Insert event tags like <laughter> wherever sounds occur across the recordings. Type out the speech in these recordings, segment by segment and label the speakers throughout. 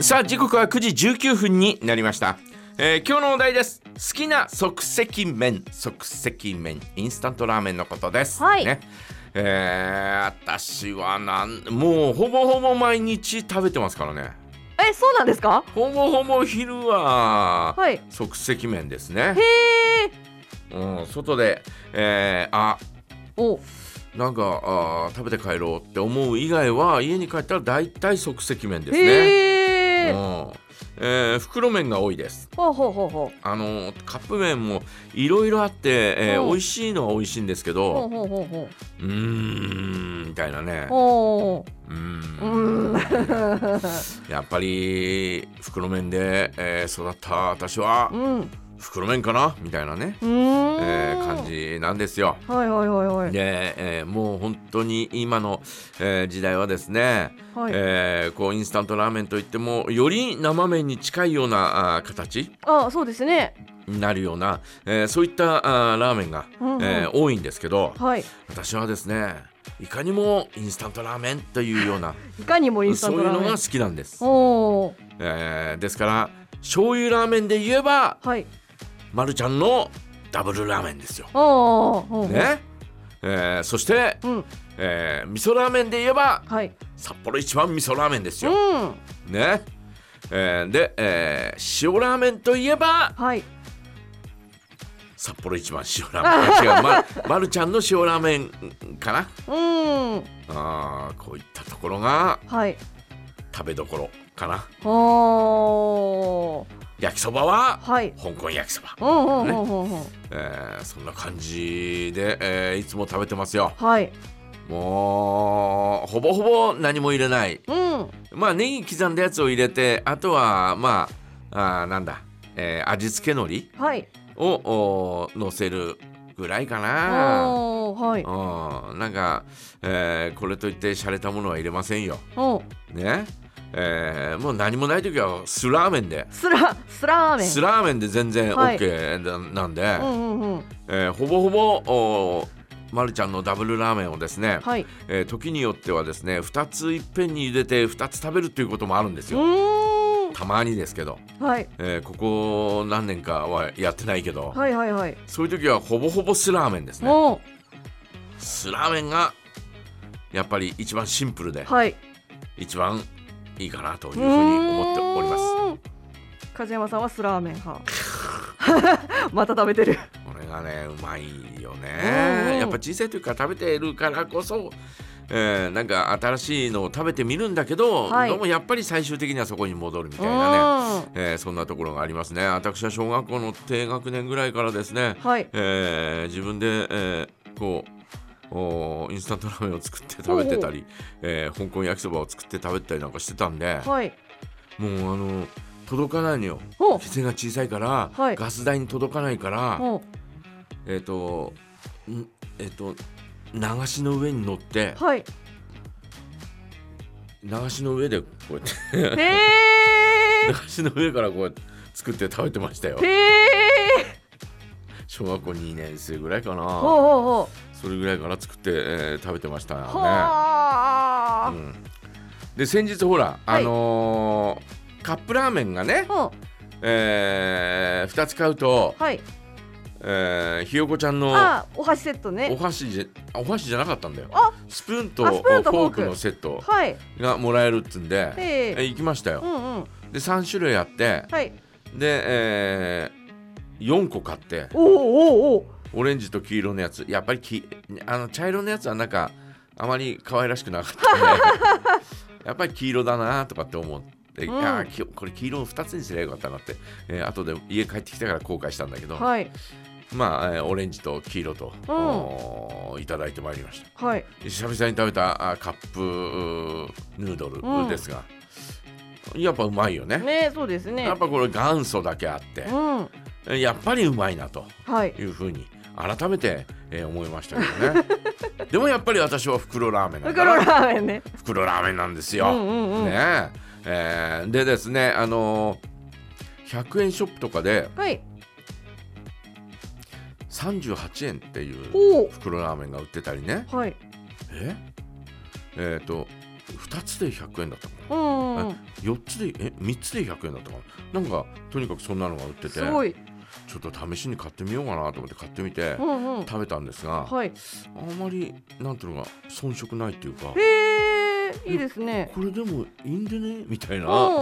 Speaker 1: さあ時刻は9時19分になりました、えー今日のお題です好きな即席麺即席麺インスタントラーメンのことです、
Speaker 2: はい
Speaker 1: ねえー私はなんもうほぼほぼ毎日食べてますからね
Speaker 2: えそうなんですか
Speaker 1: ほぼほぼ昼は
Speaker 2: はいへ
Speaker 1: 即席麺ですね、
Speaker 2: え
Speaker 1: うん、外で、えーあ
Speaker 2: お
Speaker 1: なんかあー食べて帰ろうって思う以外は家に帰ったら大体即席麺ですね、
Speaker 2: へえ
Speaker 1: うんえー袋麺が多いです
Speaker 2: ほうほうほうほ
Speaker 1: あのカップ麺もいろいろあって、えー
Speaker 2: うん
Speaker 1: 美味しいのは美味しいんですけ
Speaker 2: うほ
Speaker 1: ど
Speaker 2: うほうほうほう
Speaker 1: うーんみたいなね
Speaker 2: ほ
Speaker 1: うーん
Speaker 2: ううー
Speaker 1: やっぱり袋麺で、えー育った私は
Speaker 2: んうんう
Speaker 1: 袋麺かなみたいなね、
Speaker 2: ーん
Speaker 1: えー感じなんですよ。
Speaker 2: はいはいはいはい
Speaker 1: で、えーもう本当に今の、えー時代はですね、
Speaker 2: はい、
Speaker 1: えーこうインスタントラーメンといってもより生麺に近いようなあー形
Speaker 2: あそうですね
Speaker 1: になるような、えーそういったあーラーメンが、
Speaker 2: うんうん
Speaker 1: えー多いんですけど、
Speaker 2: はい
Speaker 1: 私はですねいかにもインスタントラーメンというようない
Speaker 2: かにも <laughs> インスタ
Speaker 1: そ
Speaker 2: ン
Speaker 1: うい
Speaker 2: ト
Speaker 1: う
Speaker 2: ラー
Speaker 1: の
Speaker 2: メ
Speaker 1: が
Speaker 2: ン
Speaker 1: 好きなんです、
Speaker 2: おー
Speaker 1: えーですから醤油ラーメンで言えば、
Speaker 2: はい
Speaker 1: ま、るちゃんのダブルラーメンですよ、
Speaker 2: おーほうほう
Speaker 1: ねえーそして、
Speaker 2: うん
Speaker 1: えー味噌ラーメンで言えば
Speaker 2: はい
Speaker 1: 札幌一番味噌ラーメンです
Speaker 2: う
Speaker 1: よ、
Speaker 2: ん
Speaker 1: ねえーで、えー塩ラーメンといえば
Speaker 2: はい
Speaker 1: 札幌一番塩ラー
Speaker 2: <laughs>
Speaker 1: メン違う、ま、まるちゃんの塩ラーメンかな
Speaker 2: うん
Speaker 1: あーこういったところが
Speaker 2: はい
Speaker 1: 食べどころかな
Speaker 2: おー
Speaker 1: 焼きそばは
Speaker 2: はい
Speaker 1: 香港焼きそば、
Speaker 2: うんうんうんうんうん
Speaker 1: えーそんな感じで、えーいつも食べてますよ
Speaker 2: はい
Speaker 1: もうほぼほぼ何も入れない
Speaker 2: うん
Speaker 1: まあネギ刻んだやつを入れてあとはまああーなんだ、えー味付け海苔
Speaker 2: はい
Speaker 1: をおー乗せるぐらいかな
Speaker 2: おーはい
Speaker 1: うんなんか、えーこれといって洒落たものは入れませんよ
Speaker 2: うん
Speaker 1: ねえーもう何もない時は酢ラーメンで
Speaker 2: スラスラーメン
Speaker 1: 酢ラーメンで全然
Speaker 2: はい
Speaker 1: OK な,、なんで、
Speaker 2: うんうんうん
Speaker 1: えーほぼほぼおーまるちゃんのダブルラーメンをですね、
Speaker 2: はい
Speaker 1: えー時によってはですね2ついっぺんに茹でて2つ食べるということもあるんです
Speaker 2: う
Speaker 1: よ
Speaker 2: ーん
Speaker 1: たまにですけど、
Speaker 2: はい
Speaker 1: えーここ何年かはやってないけど、
Speaker 2: はいはいはい
Speaker 1: そういう時はほぼほぼ酢ラーメンですね
Speaker 2: おー
Speaker 1: 酢ラーメンがやっぱり一番シンプルで
Speaker 2: はい
Speaker 1: 一番いいかなというふう
Speaker 2: う
Speaker 1: に
Speaker 2: ーん
Speaker 1: 思っております
Speaker 2: 梶山さんはスラーメン派また食べてる
Speaker 1: これがねうまいよ
Speaker 2: うんう
Speaker 1: ね
Speaker 2: ん
Speaker 1: やっぱ小さい時から食べてるからこそえーなんか新しいのを食べてみるんだけど、
Speaker 2: はい
Speaker 1: でもやっぱり最終的にはそこに戻るみたいなね、
Speaker 2: は
Speaker 1: えーそんなところがありますね私は小学校の低学年ぐらいからですね、
Speaker 2: い
Speaker 1: えー自分で、えーこうおーインスタントラーメンを作って食べてたり、えー香港焼きそばを作って食べたりなんかしてたんで
Speaker 2: はい
Speaker 1: もうあの届かないのよ
Speaker 2: お
Speaker 1: 店が小さいから、
Speaker 2: はい
Speaker 1: ガス代に届かないから
Speaker 2: お
Speaker 1: えっ、とんえっ、と流しの上に乗って
Speaker 2: はい
Speaker 1: 流しの上でこうやって
Speaker 2: へえ
Speaker 1: 流しの上からこうやって作って食べてましたよ
Speaker 2: へえ
Speaker 1: 小学校2年生ぐらいかな。
Speaker 2: ほうほうほ
Speaker 1: それぐらいから作って、えー食べてました
Speaker 2: う
Speaker 1: ね。う
Speaker 2: はあ
Speaker 1: ん、で先日ほら、
Speaker 2: は
Speaker 1: あ
Speaker 2: い
Speaker 1: のーカップラーメンがね、
Speaker 2: ほう
Speaker 1: え2つ買うと、
Speaker 2: はい
Speaker 1: えーひよこちゃんの
Speaker 2: あお箸セット
Speaker 1: お
Speaker 2: ね
Speaker 1: 箸じゃお箸じゃなかったんだよ
Speaker 2: あ
Speaker 1: スプーンと
Speaker 2: あスプーンと
Speaker 1: フォー
Speaker 2: フォー
Speaker 1: ク
Speaker 2: ク
Speaker 1: のセット
Speaker 2: はい
Speaker 1: がもらえるっつんで、
Speaker 2: え
Speaker 1: えー
Speaker 2: え
Speaker 1: 行きました
Speaker 2: う
Speaker 1: よ。
Speaker 2: んうん
Speaker 1: で3種類あって
Speaker 2: はい
Speaker 1: で、え4個買って
Speaker 2: おおおお
Speaker 1: オレンジと黄色のやつやっぱりきあの茶色のやつはなんかあまり可愛らしくなか
Speaker 2: <laughs>
Speaker 1: ったんでやっぱり黄色だなとかって思って、い
Speaker 2: うん
Speaker 1: やーきこれ黄色を2つにすればよかったなって、えー後で家帰ってきたから後悔したんだけど、
Speaker 2: はい
Speaker 1: まあ、えーオレンジと黄色と、
Speaker 2: うん
Speaker 1: おーいただいてまいりました
Speaker 2: はい
Speaker 1: 久々に食べたあーカップうーヌード
Speaker 2: うん
Speaker 1: ルですが、やっぱうまいよね
Speaker 2: ねそうですね
Speaker 1: やっぱこれ元祖だけあって
Speaker 2: うん
Speaker 1: えーやっぱりうまいなと
Speaker 2: はい
Speaker 1: いうふうに改めて、えー思いましたけど
Speaker 2: <laughs>
Speaker 1: ねでもやっぱり私は袋ラーメンなんだ
Speaker 2: 袋ラ
Speaker 1: な
Speaker 2: ーメンね
Speaker 1: 袋ラーメンなんです
Speaker 2: う
Speaker 1: よ、
Speaker 2: んうんうん
Speaker 1: ねええーでですねあのー100円ショップとかで
Speaker 2: はい
Speaker 1: 38円っていう
Speaker 2: おお
Speaker 1: 袋ラーメンが売ってたりね
Speaker 2: はい
Speaker 1: ええーと2つで100円だったか
Speaker 2: うんうんうんうん
Speaker 1: 4つでえ3つで100円だったかななんかとにかくそんなのが売っててち
Speaker 2: す
Speaker 1: ょ
Speaker 2: ごい。
Speaker 1: っと試しに買ってみようかなと思って買ってみて
Speaker 2: うんうん。
Speaker 1: 食べたんですが、
Speaker 2: はい。
Speaker 1: あまりなんていうのか遜色ないっていうか
Speaker 2: へえ、いいですね。
Speaker 1: これでもいいんでねみたい
Speaker 2: うん
Speaker 1: な、
Speaker 2: うん。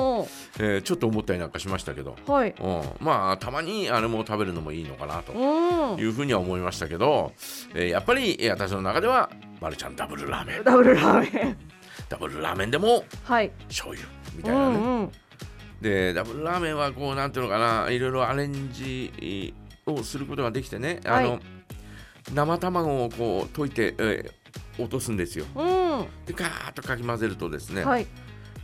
Speaker 1: えーちょっと思ったりなんかしましたけど、
Speaker 2: はい。
Speaker 1: うん、まあたまにあれも食べるのもいいのかなと
Speaker 2: う
Speaker 1: い
Speaker 2: ん。
Speaker 1: うふうには思いましたけど、えーやっぱりえー私の中ではまるちゃんダブルラーメン
Speaker 2: ダブルラーメン。
Speaker 1: ダブルラーメンでも
Speaker 2: はい。
Speaker 1: 醤油み
Speaker 2: う
Speaker 1: たいなね、
Speaker 2: んうん。
Speaker 1: でダブルラーメンはこうなんていうのかないろいろアレンジをすることができてね、あ
Speaker 2: は
Speaker 1: の生卵をこう溶いて、えー落とすんですよ
Speaker 2: うん。
Speaker 1: でガーッとかき混ぜるとですね、
Speaker 2: はい。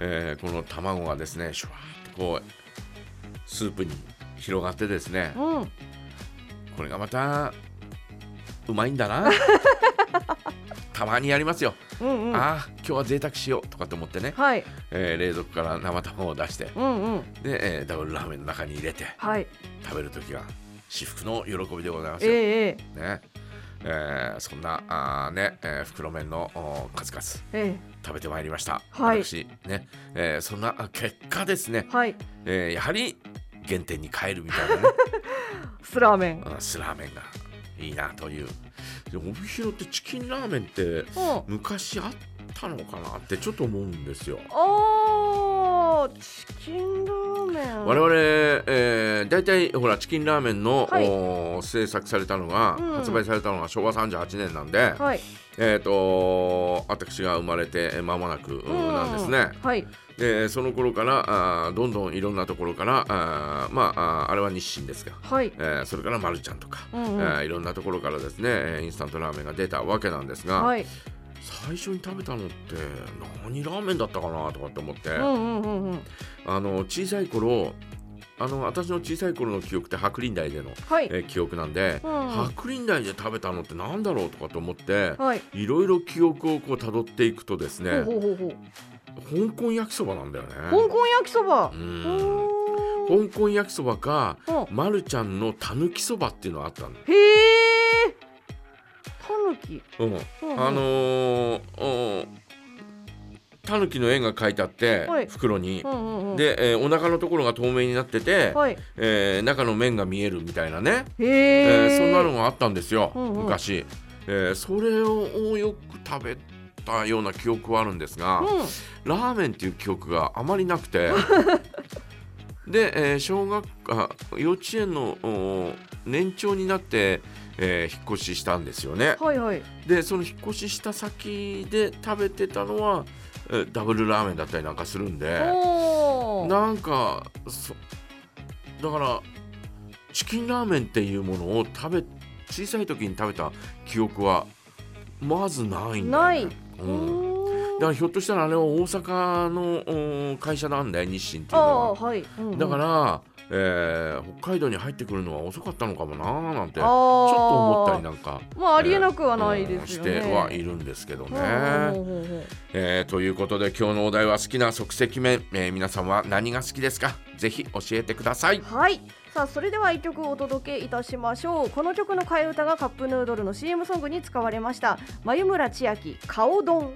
Speaker 1: えーこの卵がですねシュワーッとこうスープに広がってですね
Speaker 2: うん。
Speaker 1: これがまたうまいんだな <laughs> たまにやりますよ、
Speaker 2: うんうん。
Speaker 1: ああ今日は贅沢しようとかって思ってね、
Speaker 2: はい。
Speaker 1: えー冷蔵庫から生卵を出して
Speaker 2: うんうん。
Speaker 1: で、えーダブルラーメンの中に入れて
Speaker 2: はい。
Speaker 1: 食べる時は至福の喜びでございます
Speaker 2: え
Speaker 1: よ、
Speaker 2: ええ
Speaker 1: ねえーそんなあーね、えー袋麺のお数々
Speaker 2: ええ
Speaker 1: 食べてまいりました、
Speaker 2: はい
Speaker 1: 私ね、えーそんなあ結果ですね
Speaker 2: え、はい。
Speaker 1: えーやはり原点に帰るみたいな
Speaker 2: <laughs>
Speaker 1: ね
Speaker 2: スラーメン。
Speaker 1: うん酢ラーメンがいいなというで帯広ってチキンラーメンって
Speaker 2: うん。
Speaker 1: 昔あったのかなってちょっと思うんですよ
Speaker 2: おーチキンラーメン
Speaker 1: 我々、えー、大体ほらチキンラーメンの、
Speaker 2: はい
Speaker 1: お制作されたのが、
Speaker 2: うん
Speaker 1: 発売されたのが昭和38年なんで、
Speaker 2: はい
Speaker 1: えっ、と私が生まれて間もなくうんなんですね、
Speaker 2: はい
Speaker 1: でその頃からあーどんどんいろんなところからあーまああーあれは日清ですが、
Speaker 2: はい
Speaker 1: えーそれからまるちゃんとか、
Speaker 2: うんうん
Speaker 1: えーいろんなところからですねえーインスタントラーメンが出たわけなんですが、
Speaker 2: はい
Speaker 1: 最初に食べたのって何ラーメンだったかなとかって思って、
Speaker 2: うんうんうんうん
Speaker 1: あの小さい頃あの私の小さい頃の記憶って白輪台での、
Speaker 2: はい
Speaker 1: えー記憶なんで、
Speaker 2: うん
Speaker 1: 白輪台で食べたのって何だろうとかと思って、
Speaker 2: はい
Speaker 1: いろいろ記憶をこう辿っていくとですね、
Speaker 2: ほうほうほう
Speaker 1: 香港焼きそばなんだよね。
Speaker 2: ほう香港焼きそば
Speaker 1: うん
Speaker 2: ほ
Speaker 1: 香港焼きそばか、
Speaker 2: うん
Speaker 1: まるちゃんのたぬきそばっていうのがあったの。
Speaker 2: へえタヌキ
Speaker 1: うん
Speaker 2: うんうん
Speaker 1: あのー、たぬきの絵が描いてあって、
Speaker 2: はい
Speaker 1: 袋に
Speaker 2: う。んうんうん
Speaker 1: で、えーお腹のところが透明になってて、
Speaker 2: はい
Speaker 1: えー中の麺が見えるみたいなね、
Speaker 2: へ
Speaker 1: え
Speaker 2: え
Speaker 1: ーそんなのがあったんですよ、
Speaker 2: うんうん
Speaker 1: 昔、えーそれをよく食べたような記憶はあるんですが、
Speaker 2: うん
Speaker 1: ラーメンっていう記憶があまりなく
Speaker 2: <laughs>
Speaker 1: てで、えー小学あ幼稚園のお年長になって、えー引っ越ししたんですよね
Speaker 2: はいはい
Speaker 1: でその引っ越しした先で食べてたのは、えーダブルラーメンだったりなんかするんで
Speaker 2: おー
Speaker 1: なんかそだからチキンラーメンっていうものを食べ小さい時に食べた記憶はまずないんだよ、ね、
Speaker 2: ない
Speaker 1: うん
Speaker 2: お
Speaker 1: だか
Speaker 2: ー
Speaker 1: らひょっとしたらあれは大阪のお会社なんだよ日清っていう
Speaker 2: あ
Speaker 1: の
Speaker 2: ーはいうんう
Speaker 1: は
Speaker 2: ん
Speaker 1: だから、えー北海道に入ってくるのは遅かったのかもなーなんてち
Speaker 2: あー
Speaker 1: ょっと思ったりなんか
Speaker 2: まあありえなくはないですよね
Speaker 1: うんしてはいるんですけどね、
Speaker 2: うんうんうんうん
Speaker 1: えーということで今日のお題は好きな即席麺、えー皆さんは何が好きですかぜひ教えてください
Speaker 2: はいさあそれでは一曲をお届けいたしましょうこの曲の替え歌がカップヌードルの CM ソングに使われました眉村千秋顔丼